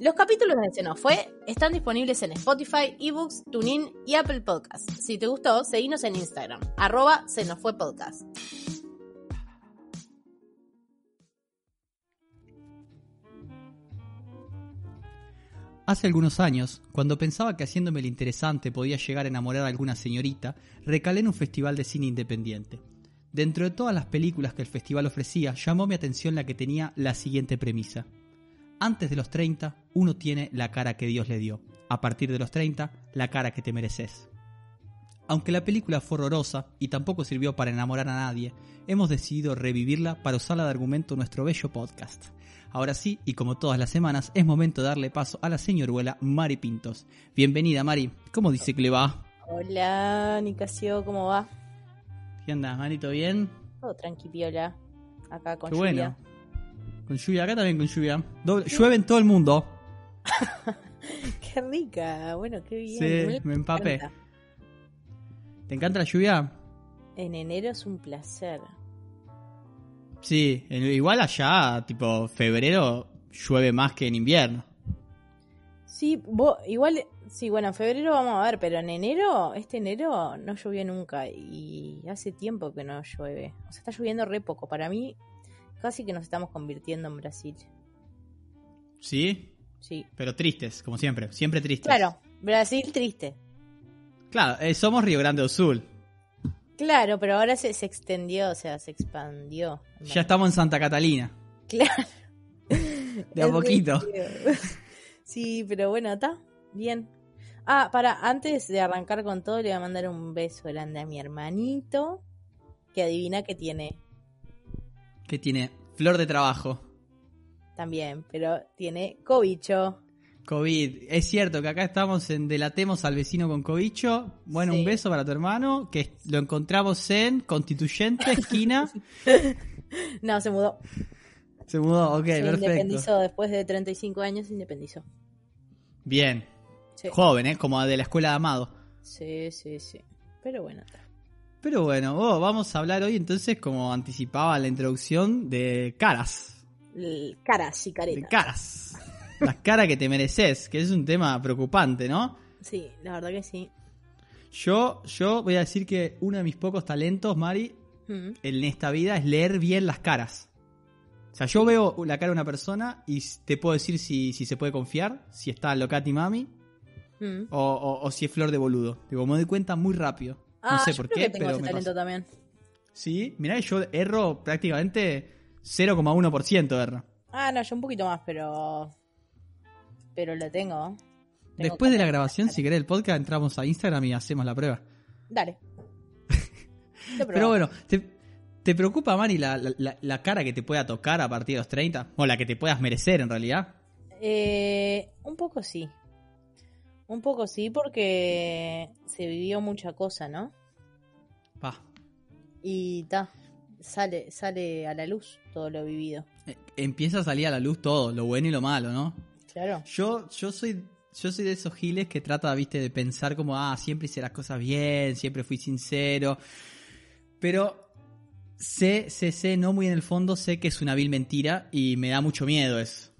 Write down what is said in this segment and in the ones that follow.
Los capítulos de Se nos fue están disponibles en Spotify, eBooks, TuneIn y Apple Podcasts. Si te gustó, seguinos en Instagram, arroba Se nos fue podcast. Hace algunos años, cuando pensaba que haciéndome el interesante podía llegar a enamorar a alguna señorita, recalé en un festival de cine independiente. Dentro de todas las películas que el festival ofrecía, llamó mi atención la que tenía la siguiente premisa antes de los 30 uno tiene la cara que Dios le dio. A partir de los 30, la cara que te mereces. Aunque la película fue horrorosa y tampoco sirvió para enamorar a nadie, hemos decidido revivirla para usarla de argumento en nuestro bello podcast. Ahora sí, y como todas las semanas, es momento de darle paso a la señoruela Mari Pintos. Bienvenida Mari, ¿cómo dice que le va? Hola, Nicasio, ¿cómo va? ¿Qué andas, manito? ¿Bien? Todo tranquipiola, acá con Qué lluvia. bueno. Con lluvia, acá también con lluvia. Doble- llueve en todo el mundo. Qué rica, bueno, qué bien. Sí, Bueno, me empapé. encanta. ¿Te encanta la lluvia? En enero es un placer. Sí, en- igual allá, tipo, febrero llueve más que en invierno. Sí, vos, igual, sí, bueno, en febrero vamos a ver, pero en enero, este enero no llovió nunca y hace tiempo que no llueve. O sea, está lloviendo re poco. Para mí, casi que nos estamos convirtiendo en Brasil. Sí, Sí. pero tristes, como siempre, siempre tristes. Claro, Brasil triste. Claro, eh, somos Río Grande do Sul. Claro, pero ahora se, se extendió, o sea, se expandió. Ya estamos en Santa Catalina. Claro. De a Es poquito. ridículo. Sí, pero bueno, está bien. Ah, para, antes de arrancar con todo, le voy a mandar un beso grande a mi hermanito, que adivina que tiene Que tiene flor de trabajo. también, pero tiene cobicho. COVID. Es cierto que acá estamos en Delatemos al vecino con Cobicho. Bueno, Sí. un beso para tu hermano, que lo encontramos en Constituyente, esquina. No, se mudó. Se mudó, ok, se perfecto. independizó después de 35 años, se independizó. Bien. Sí, Joven, ¿eh? Como de la escuela de Amado. sí, sí. sí. Pero bueno, está. Pero bueno, oh, vamos a hablar hoy entonces, como anticipaba en la introducción, de caras. L- caras y De caretas. caras. Las caras que te mereces, que es un tema preocupante, ¿no? sí, la verdad que sí. Yo, yo voy a decir que uno de mis pocos talentos, Mari, Mm. en esta vida es leer bien las caras. O sea, yo veo la cara de una persona y te puedo decir si, si se puede confiar, si está locati mami Mm. o, o- o si es flor de boludo. Digo, me doy cuenta muy rápido. No Ah, sé yo por creo qué, que tengo pero ese me talento pasa. también. Sí, mirá que yo erro prácticamente 0,1% erro. Ah, no, yo un poquito más, pero. Pero lo tengo. Tengo Después de la cara. grabación, si querés el podcast, entramos a Instagram y hacemos la prueba. Dale. Pero Te probo. bueno, ¿te, te preocupa, Mari, la, la- la- la cara que te pueda tocar a partir de los 30? O la que te puedas merecer, en realidad. Eh, un poco sí. Un poco sí, porque se vivió mucha cosa, ¿no? Pa. Y ta. Sale, sale a la luz todo lo vivido. Eh, Empieza a salir a la luz todo, lo bueno y lo malo, ¿no? Claro. Yo, yo soy... Yo soy de esos giles que trata, viste, de pensar como, ah, siempre hice las cosas bien, siempre fui sincero. Pero sé, sé, sé, no muy en el fondo, sé que es una vil mentira y me da mucho miedo eso.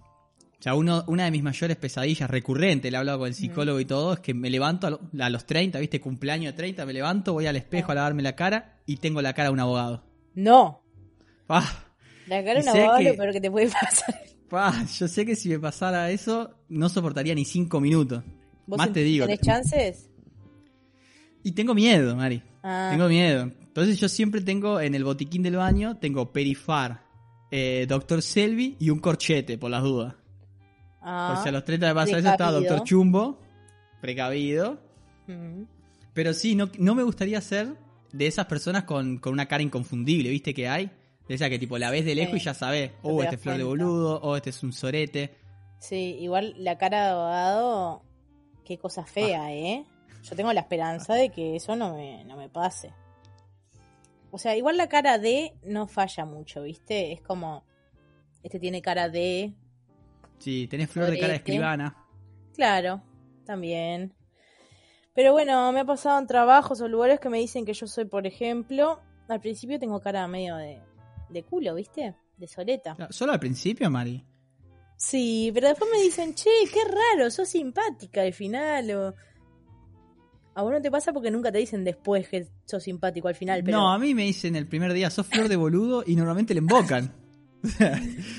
O sea, uno, una de mis mayores pesadillas recurrente, le he hablado con el psicólogo y todo, es que me levanto a, lo- a los 30, viste, cumpleaños de 30, me levanto, voy al espejo a lavarme la cara y tengo la cara de un abogado. No. Ah, La cara Y de un sé abogado es que- lo peor que te puede pasar. pa, yo sé que si me pasara eso, no soportaría ni cinco minutos. ¿Vos Más te sentís que digo. ¿Tenés chances? Y tengo miedo, Mari. Ah, Tengo miedo. Entonces yo siempre tengo en el botiquín del baño, tengo Perifar, eh, Doctor Selvi y un corchete, por las dudas. ah, Por si a los 30 me pasa eso, está Precavido. Doctor Chumbo, precavido. mm. Pero sí, no, no me gustaría ser de esas personas con, con una cara inconfundible, ¿viste que hay? De esa que tipo la ves de lejos Sí. y ya sabes, te oh, das este es flor de cuenta. boludo, oh, este es un sorete. Sí, igual la cara de abogado, Ah. qué cosa fea, ¿eh? Yo tengo la esperanza de que eso no me, no me pase. O sea, igual la cara de no falla mucho, ¿viste? Es como. Este tiene cara de. Sí, tenés flor de cara de Florete. escribana. Claro, también. Pero bueno, me ha pasado en trabajos o lugares que me dicen que yo soy, por ejemplo. Al principio tengo cara medio de, de culo, ¿viste? De soleta. Claro, Solo al principio, Mari. Sí, pero después me dicen, che, qué raro, sos simpática al final. O... A vos no te pasa porque nunca te dicen después que sos simpático al final. Pero... No, a mí me dicen el primer día, sos flor de boludo y normalmente le embocan.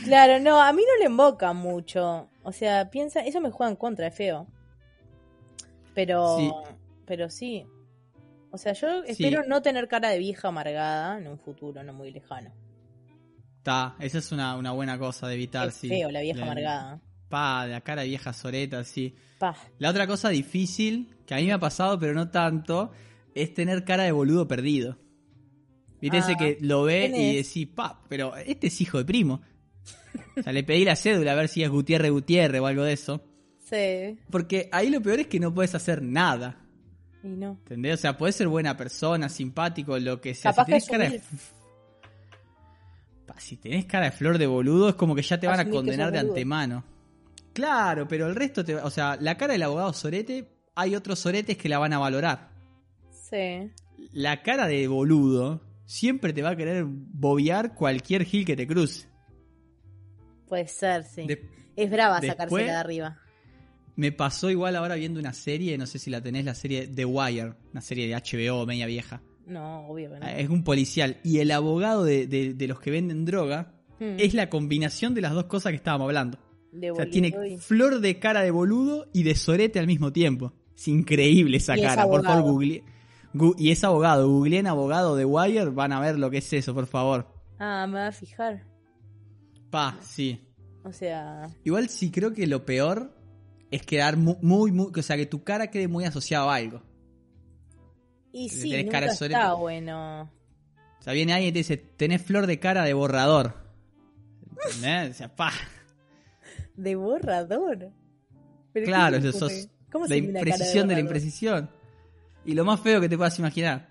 Claro, no, a mí no le emboca mucho. O sea, piensa, eso me juega en contra, es feo. Pero, Sí. pero sí. O sea, yo Sí. espero no tener cara de vieja amargada en un futuro no muy lejano. Está, esa es una, una buena cosa de evitar, es sí. feo la vieja Le- amargada. Pa, la cara de vieja soreta, sí. Pa. La otra cosa difícil, que a mí me ha pasado, pero no tanto, es tener cara de boludo perdido. Viste ese Ah, que lo ve ¿quién y es? decís, pa, pero este es hijo de primo. O sea, le pedí la cédula a ver si es Gutiérrez Gutiérrez o algo de eso. Sí. Porque ahí lo peor es que no puedes hacer nada. Y no. ¿Entendés? O sea, puedes ser buena persona, simpático, lo que sea. Capaz si tenés que cara de... asumir. Pa, si tenés cara de flor de boludo, es como que ya te van Asumir a que condenar sos de boludo. antemano. Claro, pero el resto te va- O sea, la cara del abogado sorete, hay otros soretes que la van a valorar. Sí. La cara de boludo siempre te va a querer bobear cualquier gil que te cruce. Puede ser, sí. De- es brava después- sacársela de arriba. Me pasó igual ahora viendo una serie, no sé si la tenés, la serie The Wire, una serie de HBO media vieja. No, obvio que no. Es un policial. Y el abogado de, de- de los que venden droga Mm. es la combinación de las dos cosas que estábamos hablando. De O sea, boludo tiene y- flor de cara de boludo y de sorete al mismo tiempo. Es increíble esa Y es cara. Por favor, abogado. google. gu- y es abogado. Googleen abogado de Wire, van a ver lo que es eso, por favor. Ah, me va a fijar. Pa, sí. O sea, Igual sí creo que lo peor es quedar mu- muy, muy, o sea, que tu cara quede muy asociada a algo. y Porque sí, tenés nunca cara de sorete. está bueno. O sea, viene alguien y te dice, tenés flor de cara de borrador. ¿Entendés? O sea, pa. De borrador. ¿Pero qué Claro, se eso le ocurre? sos ¿Cómo la se ve una cara imprecisión de, la borrador? imprecisión. Y lo más feo que te puedas imaginar.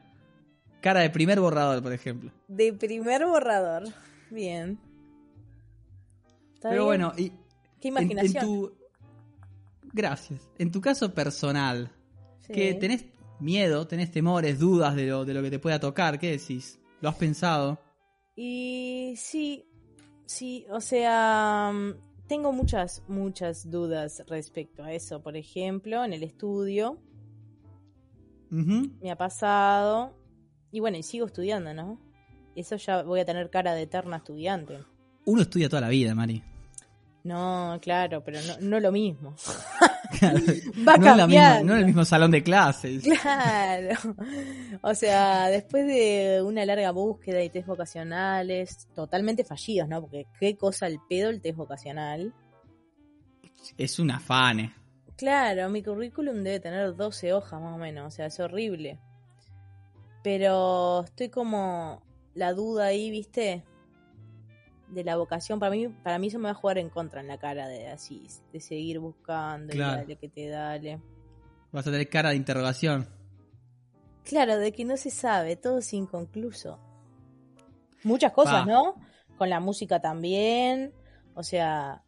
Cara de primer borrador, por ejemplo. De primer borrador. Bien. Está Pero bien. bueno, y Qué en- en, imaginación. tu... Gracias. En tu caso personal, Sí. que tenés miedo, tenés temores, dudas de lo, de lo que te pueda tocar, ¿qué decís? ¿Lo has pensado? Y sí, sí, o sea, mm, tengo muchas, muchas dudas respecto a eso. Por ejemplo, en el estudio Ujú. me ha pasado. Y bueno, y sigo estudiando, ¿no? Eso ya voy a tener cara de eterna estudiante. Uno estudia toda la vida, Mari. No, claro, pero no, no lo mismo. Va no, es la misma- cambiando. no en el mismo salón de clases. Claro. O sea, después de una larga búsqueda y test vocacionales, totalmente fallidos, ¿no? Porque qué cosa el pedo el test vocacional. Es un afane. Claro, mi currículum debe tener 12 hojas más o menos, o sea, es horrible. Pero estoy como la duda ahí, ¿viste? De la vocación, para mí, para mí eso me va a jugar en contra en la cara de así, de seguir buscando, y Claro. dale que te dale. Vas a tener cara de interrogación. Claro, de que no se sabe, todo es inconcluso. Muchas cosas, Pa. ¿no? Con la música también, o sea,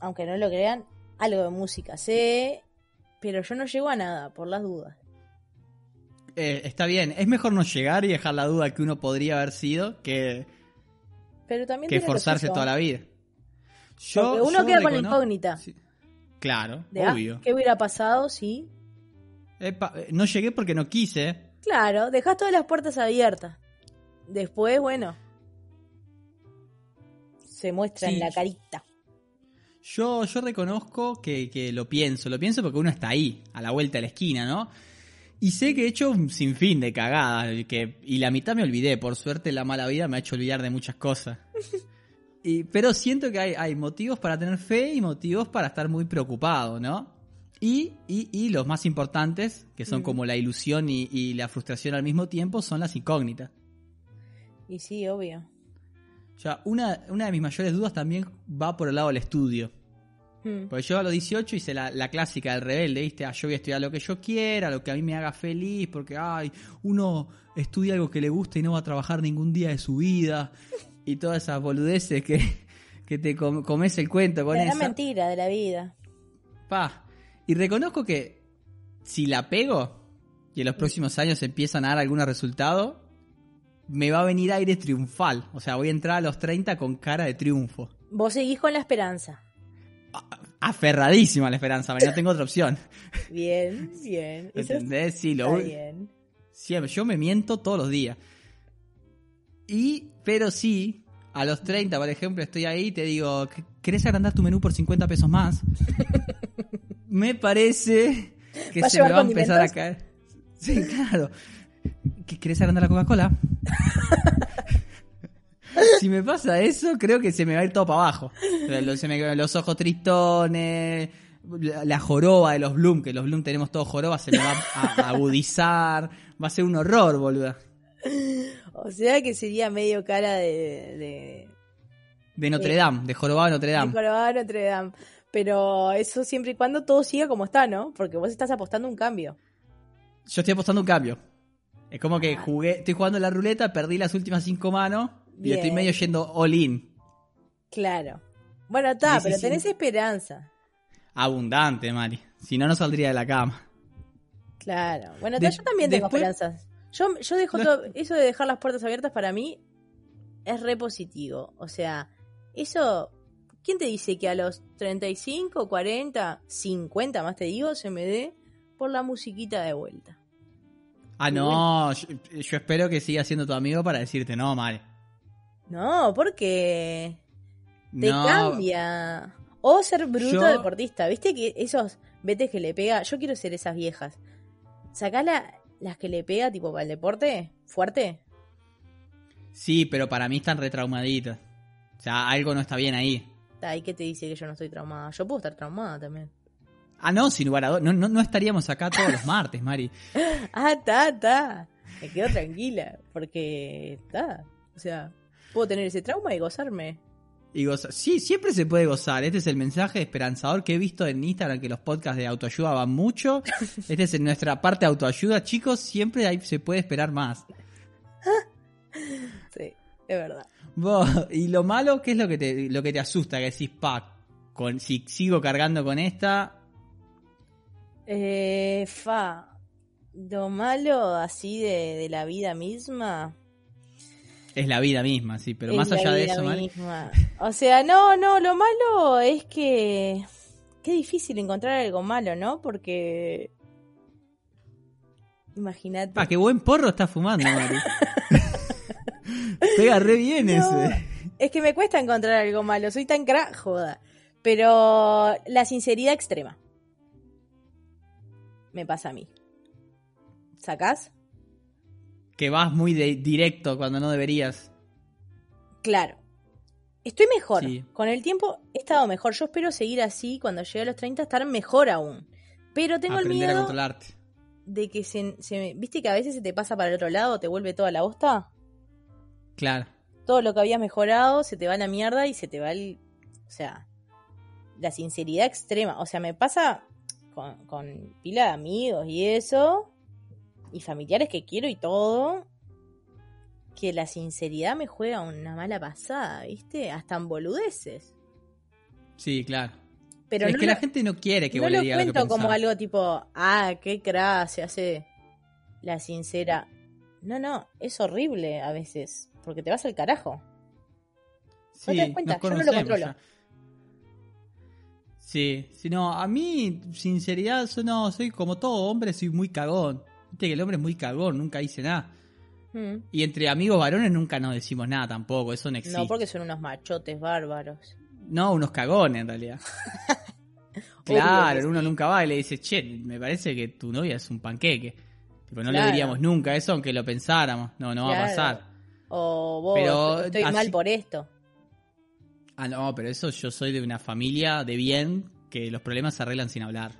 aunque no lo crean, algo de música sé, pero yo no llego a nada por las dudas. Eh, está bien, es mejor no llegar y dejar la duda que uno podría haber sido que, Pero también que tiene lo esforzarse suyo, toda la vida. Yo, Porque uno yo queda con la recono- incógnita Sí. Claro, de ah, obvio. qué hubiera pasado si... Epa, eh, no llegué porque no quise. Claro, dejas todas las puertas abiertas. Después, bueno, se muestra Sí, en la yo- carita. Yo, yo reconozco que, que lo pienso, lo pienso porque uno está ahí, a la vuelta de la esquina, ¿no? Y sé que he hecho un sinfín de cagadas, y que, y la mitad me olvidé, por suerte la mala vida me ha hecho olvidar de muchas cosas. Y, pero siento que hay, hay motivos para tener fe y motivos para estar muy preocupado, ¿no? Y, y, y los más importantes, que son Mm. como la ilusión y, y la frustración al mismo tiempo, son las incógnitas. Y sí, obvio. O sea, una, una de mis mayores dudas también va por el lado del estudio. Mm. Porque yo a los 18 hice la, la clásica del rebelde, ¿viste? Ah, yo voy a estudiar lo que yo quiera, lo que a mí me haga feliz, porque, ay, uno estudia algo que le gusta y no va a trabajar ningún día de su vida. Y todas esas boludeces que, que te com- comes el cuento con La gran esa. mentira de la vida. Pa. Y reconozco que si la pego y en los próximos años empiezan a dar algún resultado, me va a venir aire triunfal. O sea, voy a entrar a los 30 con cara de triunfo. Vos seguís con la esperanza. Aferradísima a la esperanza, no tengo otra opción. Bien, bien. Eso ¿Entendés? Sí, está lo, bien. Siempre, yo me miento todos los días. Y, pero sí, a los 30, por ejemplo, estoy ahí y te digo, "¿Qu- ¿querés agrandar tu menú por 50 pesos más? me parece que ¿Va a se me llevar va a empezar a condimentos? caer. Sí, claro. "¿Qu- ¿Querés agrandar la Coca-Cola? si me pasa eso, creo que se me va a ir todo para abajo. Lo- Se me quedan los ojos tristones, la la joroba de los Bloom, que los Bloom tenemos todos joroba, se me va a a agudizar. Va a ser un horror, boluda. O sea que sería medio cara de, de, De Notre Dame, de jorobado de Notre de Dame. Colorado Notre Dame. Pero eso siempre y cuando todo siga como está, ¿no? Porque vos estás apostando un cambio. Yo estoy apostando un cambio. Es como que Ah. jugué, estoy jugando la ruleta, perdí las últimas cinco manos y Bien. estoy medio yendo all in. Claro. Bueno, está, Sí, sí, pero sí. tenés esperanza. Abundante, Mari. Si no, no saldría de la cama. Claro. Bueno, De- ta, yo también tengo después- esperanzas. Yo, yo dejo No. todo, eso de dejar las puertas abiertas para mí es re positivo. O sea, eso, ¿quién te dice que a los 35, 40, 50 más te digo, se me dé por la musiquita de vuelta? Ah, no, yo, yo espero que siga siendo tu amigo para decirte, no, Mari. No, porque te no, cambia. O ser bruto Yo- deportista. ¿Viste que esos betes que le pega? Yo quiero ser esas viejas. Sacá la- las que le pega, tipo, para el deporte, fuerte. Sí, pero para mí están retraumaditas. O sea, algo no está bien ahí. Ahí que te dice que yo no estoy traumada. Yo puedo estar traumada también. Ah, no, sin lugar a dudas. No, no, no estaríamos acá todos los martes, Mari. Ah, está, está. Me quedo tranquila. Porque está. O sea, puedo tener ese trauma y gozarme. Y goza- Sí, siempre se puede gozar. Este es el mensaje esperanzador que he visto en Instagram, que los podcasts de autoayuda van mucho. Este es en nuestra parte de autoayuda. Chicos, siempre ahí se puede esperar más. Sí, es verdad. Vos, y lo malo, ¿qué es lo que te, lo que te asusta? Que decís, pa, con, si sigo cargando con esta... Eh, fa. Lo malo así de, de la vida misma. Es la vida misma, sí, pero Es más la allá de vida eso, Mari. misma. O sea, no, no, lo malo es que. Qué difícil encontrar algo malo, ¿no? Porque. Imagínate. Pa, qué buen porro estás fumando, Mari. Pega re bien No. ese. Es que me cuesta encontrar algo malo, soy tan cra joda. Pero la sinceridad extrema. Me pasa a mí. ¿Sacás? Que vas muy de- directo cuando no deberías. Claro. Estoy mejor. Sí. Con el tiempo he estado mejor. Yo espero seguir así. Cuando llegue a los 30 estar mejor aún. Pero tengo aprender el a miedo controlarte. de que se, se- ¿Viste que a veces se te pasa para el otro lado? ¿Te vuelve toda la bosta? Claro. Todo lo que habías mejorado se te va a la mierda y se te va el... O sea, la sinceridad extrema. O sea, me pasa con, con pila de amigos y eso. Y familiares que quiero y todo. Que la sinceridad me juega una mala pasada, ¿viste? Hasta en boludeces. Sí, claro. Pero es no que lo- la gente no quiere que no vos le lo digas lo que cuento como pensás. algo tipo, ah, qué cra, se hace la sincera. No, no, es horrible a veces, porque te vas al carajo. Sí, das cuenta, nos yo no lo conocemos controlo. ya. Sí, sí, no, a mí, sinceridad, yo no, soy como todo hombre, soy muy cagón. Viste que el hombre es muy cagón, nunca dice nada. Mm. Y entre amigos varones nunca nos decimos nada tampoco, eso no existe. No, porque son unos machotes bárbaros. No, unos cagones en realidad. Obvio que claro, uno nunca va y le dice, che, me parece que tu novia es un panqueque. Tipo, no Claro. le diríamos nunca eso, aunque lo pensáramos. No, no va a Claro. pasar. O vos, Pero estoy así- mal por esto. Ah, no, pero eso yo soy de una familia de bien que los problemas se arreglan sin hablar.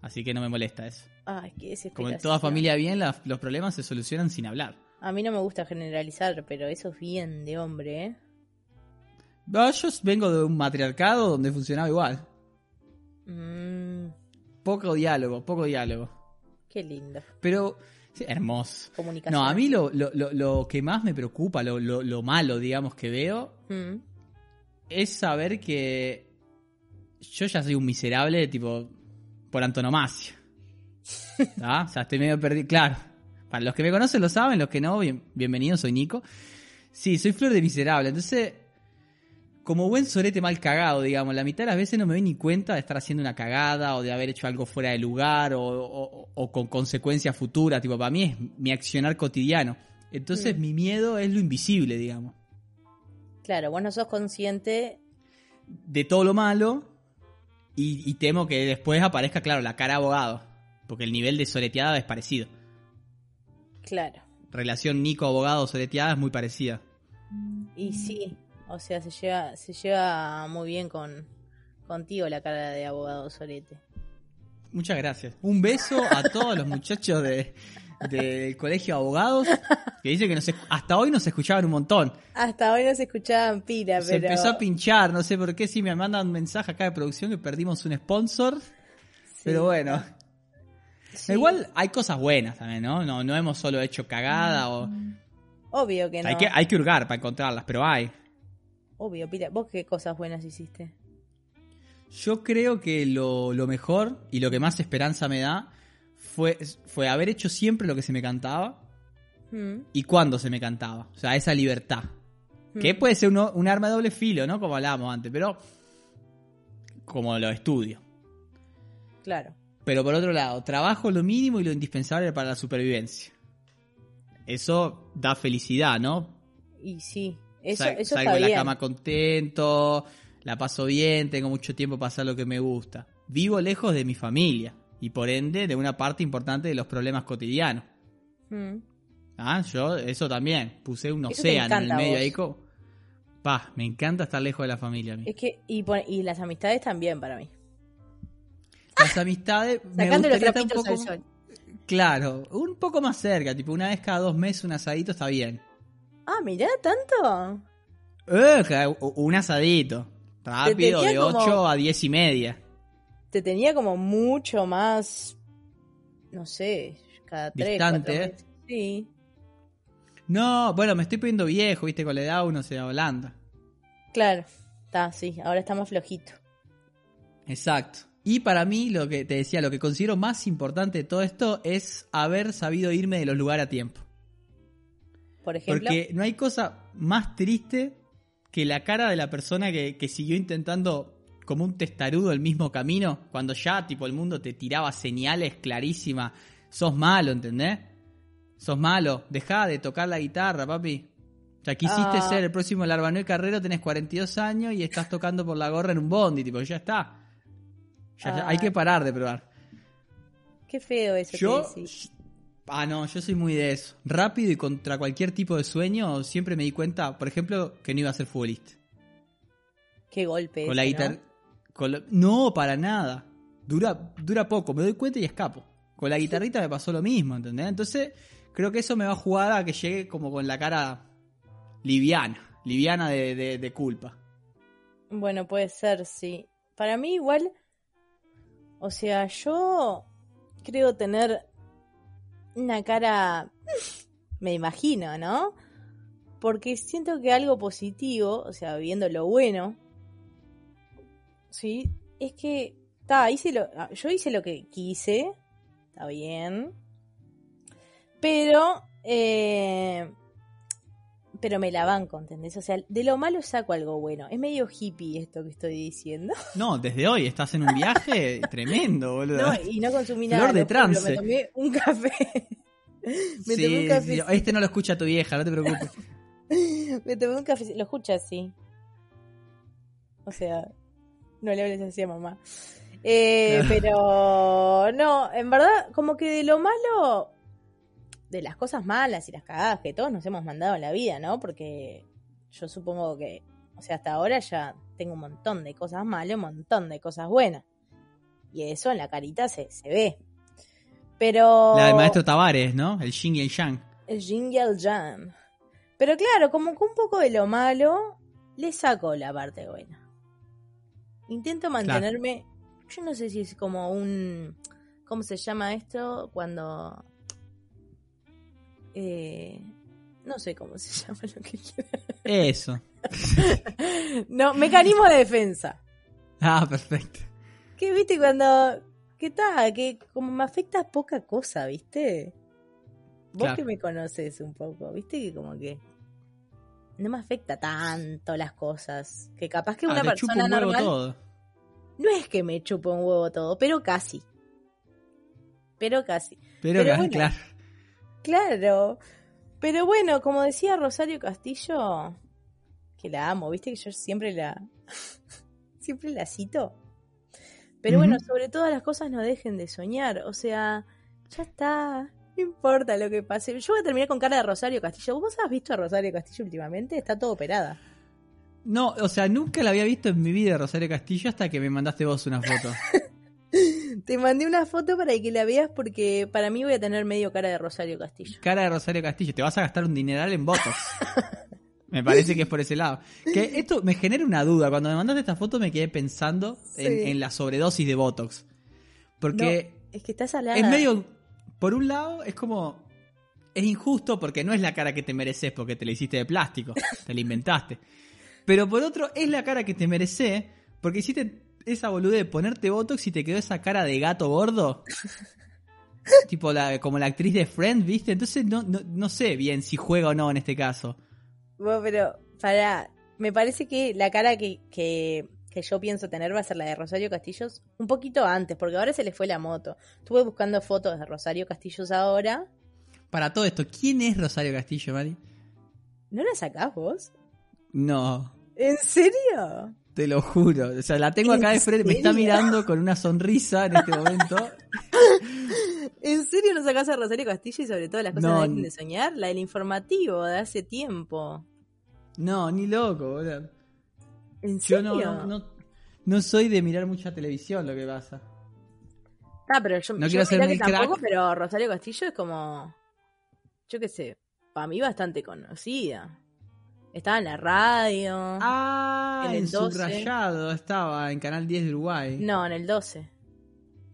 Así que no me molesta eso. Ay, qué desesperación. Como en toda familia bien, la- los problemas se solucionan sin hablar. A mí no me gusta generalizar, pero eso es bien de hombre, ¿eh? Ah, No, yo vengo de un matriarcado donde funcionaba igual. Mm, Poco diálogo, poco diálogo. qué lindo. Pero, sí, hermoso. Comunicación. No, a mí lo, lo- lo- lo que más me preocupa, lo, lo- lo malo, digamos, que veo, Mm, es saber que yo ya soy un miserable, tipo, por antonomasia. ¿Tá? O sea, estoy medio perdido. Claro, para los que me conocen lo saben, los que no, bien- bienvenidos, soy Nico. Sí, soy flor de miserable, entonces, como buen sorete mal cagado, digamos, la mitad de las veces no me doy ni cuenta de estar haciendo una cagada o de haber hecho algo fuera de lugar o, o- o con consecuencias futuras, tipo, para mí es mi accionar cotidiano. Entonces, Mm. mi miedo es lo invisible, digamos. Claro, vos no sos consciente. de todo lo malo y, y temo que después aparezca, claro, la cara de abogado, porque el nivel de soleteada es parecido. Claro. Relación Nico-abogado-soleteada es muy parecida. Y sí, o sea, se lleva, se lleva muy bien con contigo la cara de abogado Solete. Muchas gracias. Un beso a todos los muchachos de- del colegio de abogados que dicen que nos escu- hasta hoy nos escuchaban un montón. Hasta hoy no se escuchaban pila, Se pero. empezó a pinchar, no sé por qué, si me mandan un mensaje acá de producción que perdimos un sponsor, Sí, pero bueno. sí. Igual hay cosas buenas también, ¿no? No, no hemos solo hecho cagada o... Obvio que no. Hay que, hay que hurgar para encontrarlas, pero hay. Obvio, pila. ¿Vos qué cosas buenas hiciste? Yo creo que lo, lo mejor y lo que más esperanza me da fue, fue haber hecho siempre lo que se me cantaba Mm, y cuando se me cantaba. O sea, esa libertad. mm. Que puede ser uno- un arma de doble filo, ¿no? Como hablábamos antes, pero como lo estudio. mm, Claro. Pero por otro lado, trabajo lo mínimo y lo indispensable para la supervivencia. Eso da felicidad, ¿no? Y sí. Eso, Sal- eso salgo está de la bien. cama contento, la paso bien, tengo mucho tiempo para hacer lo que me gusta. Vivo lejos de mi familia y por ende de una parte importante de los problemas cotidianos. Mm. Ah, yo eso también, puse un Eso te océano en el encanta a medio vos. ahí. co- Pa, me encanta estar lejos de la familia. a mí. Es que, y, pon- y las amistades también para mí. Las amistades me Sacando los gustaría estar un trapitos al poco- sol. Claro, un poco más cerca, tipo una vez cada dos meses un asadito está bien. Ah, mirá, tanto. Eh, ca- u- un asadito, rápido, tenía de como- 8 a diez y media. Te tenía como mucho más. No sé, cada tres. Distante, cuatro ¿eh? meses. Sí. No, bueno, me estoy poniendo viejo, viste, con la edad uno se va hablando. Claro, está, sí, ahora está más flojito. Exacto. Y para mí, lo que te decía, lo que considero más importante de todo esto es haber sabido irme de los lugares a tiempo. Por ejemplo, Porque no hay cosa más triste que la cara de la persona que, que siguió intentando como un testarudo el mismo camino, cuando ya, tipo, el mundo te tiraba señales clarísimas. Sos malo, ¿entendés? Sos malo. Dejá de tocar la guitarra, papi. Ya quisiste Ah. ser el próximo Larbanuel Carrero, tenés 42 años y estás tocando por la gorra en un bondi, tipo, ya está. Ya- ya- hay Ah. que parar de probar. qué feo eso. que Yo. decís. Ah, no, yo soy muy de eso. Rápido y contra cualquier tipo de sueño, siempre me di cuenta, por ejemplo, que no iba a ser futbolista. Qué golpe. Con la ese, guitarra. ¿no? con la- No, para nada. Dura, dura poco, me doy cuenta y escapo. Con la guitarrita me pasó lo mismo, ¿entendés? Entonces, creo que eso me va a jugar a que llegue como con la cara liviana, liviana de, de- de culpa. Bueno, puede ser, sí. Para mí igual, o sea, yo creo tener una cara, me imagino, ¿no? Porque siento que algo positivo, o sea, viendo lo bueno, sí, es que, ta, hice lo, ah, yo hice lo que quise, está bien, pero, eh, pero me la banco, ¿entendés? O sea, de lo malo saco algo bueno. Es medio hippie esto que estoy diciendo. No, desde hoy estás en un viaje tremendo, boludo. No, y no consumí Flor nada. de lo juro, trance. Me tomé un café. me tomé un Sí, cafecito. este no lo escucha tu vieja, no te preocupes. Me tomé un café. Lo escucha así. O sea, no le hables así a mamá. Eh, pero no, en verdad, como que de lo malo, de las cosas malas y las cagadas que todos nos hemos mandado en la vida, ¿no? Porque yo supongo que, o sea, hasta ahora ya tengo un montón de cosas malas, un montón de cosas buenas. Y eso en la carita se, se ve. Pero. La del maestro Tavares, ¿no? El Xing y el Yang. El yin y el yang. Pero claro, como que un poco de lo malo, le saco la parte buena. Intento mantenerme Yo no sé si es como un. ¿Cómo se llama esto? Cuando. Eh, no sé cómo se llama lo que quiera. Eso. no, mecanismo de defensa. Ah, perfecto. Que viste cuando. ¿Qué tal? Que como me afecta poca cosa, ¿viste? Vos Claro. que me conoces un poco, ¿viste? Que como que. No me afecta tanto las cosas. Que capaz que Ah, una te chupa persona un huevo normal. todo. No es que me chupa un huevo todo, pero casi. Pero casi. Pero, Pero ca- bueno. claro. Claro. Pero bueno, como decía Rosario Castillo, que la amo, viste que yo siempre la. siempre la cito. Pero bueno, Ujú. sobre todas las cosas no dejen de soñar. O sea, ya está. No importa lo que pase. Yo voy a terminar con cara de Rosario Castillo. ¿Vos has visto a Rosario Castillo últimamente? Está todo operada. No, o sea, nunca la había visto en mi vida Rosario Castillo hasta que me mandaste vos una foto. Te mandé una foto para que la veas porque para mí voy a tener medio cara de Rosario Castillo. Cara de Rosario Castillo, te vas a gastar un dineral en votos. Me parece que es por ese lado. Que esto me genera una duda. Cuando me mandaste esta foto me quedé pensando en, Sí. en la sobredosis de Botox. Porque No, es que está salada. es medio. Por un lado, es como. Es injusto porque no es la cara que te mereces porque te la hiciste de plástico. Te la inventaste. Pero por otro, es la cara que te mereces porque hiciste esa boludez de ponerte Botox y te quedó esa cara de gato gordo. tipo la, como la actriz de Friend, ¿viste? Entonces no, no, no sé bien si juega o no en este caso. Bueno, pero para, me parece que la cara que, que, que yo pienso tener va a ser la de Rosario Castillos un poquito antes, porque ahora se le fue la moto. Estuve buscando fotos de Rosario Castillos ahora. Para todo esto, ¿quién es Rosario Castillo, Mari? ¿No la sacás vos? No, ¿En serio? te lo juro. O sea, la tengo ¿En acá de frente, me está serio? mirando con una sonrisa en este momento. ¿En serio no sacás a Rosario Castillo y sobre todo las cosas No, no dejen n- de soñar? La del informativo de hace tiempo. No, ni loco, boludo. ¿En Yo serio? no, no, no, no soy de mirar mucha televisión, lo que pasa. Ah, pero yo, No yo quiero hacerme mirá que el crack. tampoco, pero Rosario Castillo es como, yo qué sé, para mí bastante conocida. Estaba en la radio. Ah, En el en 12. subrayado estaba, en Canal 10 de Uruguay. No, en el 12.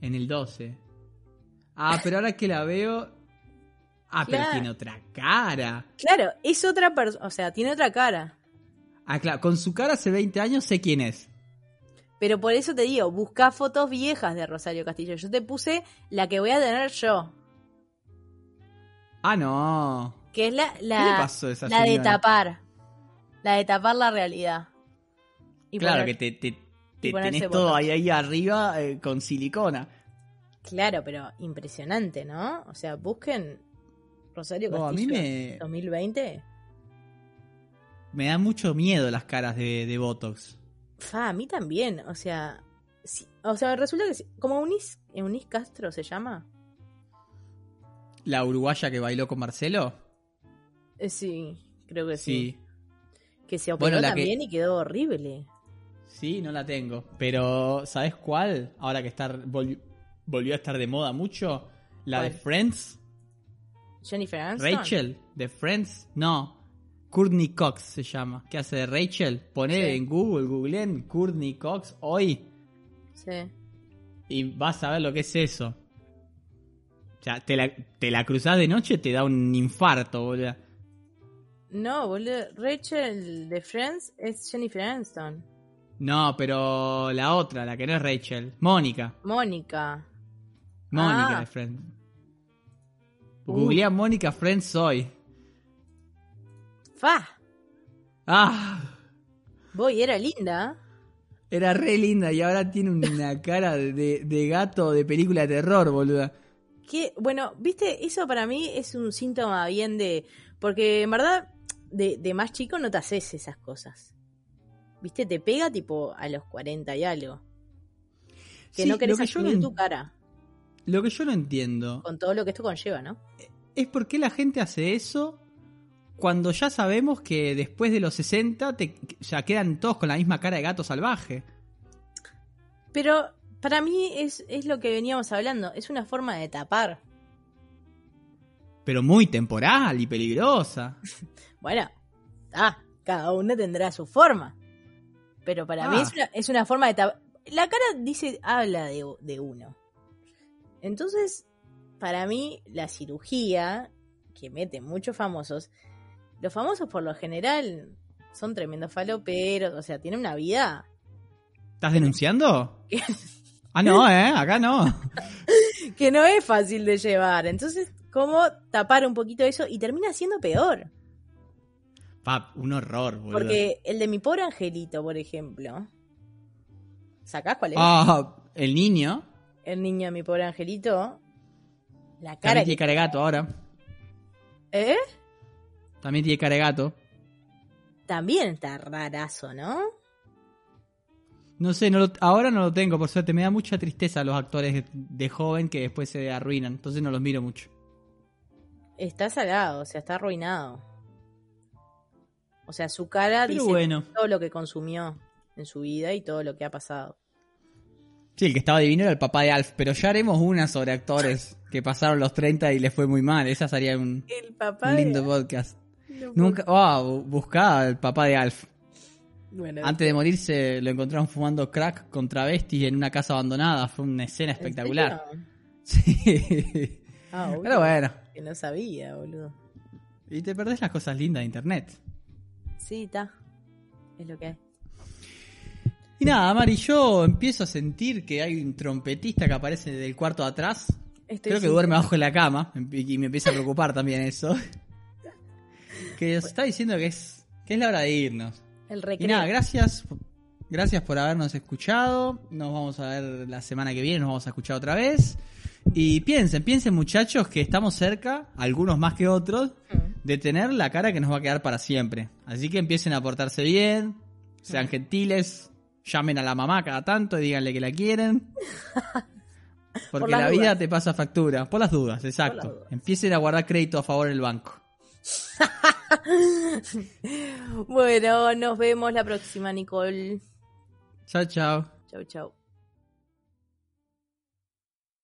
En el 12. Ah, pero ahora que la veo. Ah, pero Claro. tiene otra cara. Claro, es otra persona, o sea, tiene otra cara. Ah, claro, con su cara hace 20 años sé quién es. Pero por eso te digo, busca fotos viejas de Rosario Castillo. Yo te puse la que voy a tener yo, Ah, no. que es la, ¿Qué le la, pasó a esa la de señora? tapar. La de tapar la realidad. Y Claro, poner- que te, te, te ponerse tenés todo botox. ahí, ahí arriba eh, con silicona. Claro, pero impresionante, ¿no? O sea, busquen Rosario Oh, Castillo a mí me, 2020. me da mucho miedo las caras de, de Botox. Fa, a mí también, o sea, sí, o sea, resulta que sí, como Unis, Unis Castro se llama. La uruguaya que bailó con Marcelo. Eh, sí, creo que Pues sí. Que se operó Bueno, la que- también y quedó horrible. Sí, no la tengo. Pero, ¿sabes cuál? Ahora que está, vol- volvió a estar de moda mucho. La de ¿Cuál? Friends. Jennifer Aniston. Rachel, de Friends. No. Courtney Cox se llama. ¿Qué hace de Rachel? Poné Sí. en Google, googleen Courtney Cox hoy. Sí. Y vas a ver lo que es eso. O sea, te la, te la cruzás de noche, te da un infarto, boludo. No, boludo, Rachel de Friends es Jennifer Aniston. No, pero la otra, la que no es Rachel. Mónica. Mónica. Mónica Ah. de Friends. Uh. Googleá Mónica Friends hoy. Fa, ¡Ah! voy, era linda. Era re linda y ahora tiene una cara de, de gato de película de terror, boluda. Que, bueno, viste, eso para mí es un síntoma bien de. Porque en verdad, de, de más chico no te haces esas cosas. Viste, te pega tipo a los 40 y algo. Que Sí, no querés lo que yo asumir no- tu cara. Lo que yo no entiendo Con todo lo que esto conlleva, ¿no? es por qué la gente hace eso cuando ya sabemos que después de los 60 te, o sea, quedan todos con la misma cara de gato salvaje. Pero para mí es, es lo que veníamos hablando. Es una forma de tapar. Pero muy temporal y peligrosa. Bueno, ah, cada uno tendrá su forma. Pero para Ah. mí es una, es una forma de tapar. la cara dice, habla de, de uno. Entonces, para mí, la cirugía, que mete muchos famosos, los famosos por lo general son tremendos faloperos, o sea, tienen una vida. ¿Estás denunciando? ah, no, ¿eh? Acá no. que no es fácil de llevar. Entonces, ¿cómo tapar un poquito eso? Y termina siendo peor. Pap, un horror, boludo. Porque el de mi pobre angelito, por ejemplo. ¿Sacás cuál es? Ah, el niño. El niño de mi pobre angelito. La cara. También tiene cara de gato ahora. ¿Eh? También tiene cara de gato. También está rarazo, ¿no? No sé, no lo- ahora no lo tengo, por suerte. Me da mucha tristeza los actores de, de joven que después se arruinan. Entonces no los miro mucho. Está salado, o sea, está arruinado. O sea, su cara Pero Ah, dice bueno. todo lo que consumió en su vida y todo lo que ha pasado. Sí, el que estaba divino era el papá de Alf. Pero ya haremos una sobre actores que pasaron los 30 y les fue muy mal. Esa sería un, El un papá. lindo podcast. Nunca. Ah, bu- buscá al papá de Alf. Bueno, Antes de morirse lo encontraron fumando crack con travestis en una casa abandonada. Fue una escena espectacular. Sí. Ah, boludo, Pero bueno. Que no sabía, boludo. Y te perdés las cosas lindas de internet. Sí, está. Es lo que hay. Y nada, Mari, yo empiezo a sentir que hay un trompetista que aparece del cuarto de atrás. Estoy Creo que sin- duerme abajo de la cama. Y me empieza a preocupar también eso. Que nos está diciendo que es, que es la hora de irnos. El Y recreo. nada, gracias. Gracias por habernos escuchado. Nos vamos a ver la semana que viene, nos vamos a escuchar otra vez. Y piensen, piensen muchachos que estamos cerca, algunos más que otros, Mm. de tener la cara que nos va a quedar para siempre. Así que empiecen a portarse bien, sean gentiles, llamen a la mamá cada tanto y díganle que la quieren. Porque las la vida dudas. te pasa factura. Por las dudas, exacto. dudas. Empiecen a guardar crédito a favor del banco. Bueno, Mm. nos vemos la próxima, Nicole. Chao, chao. Chau, chau.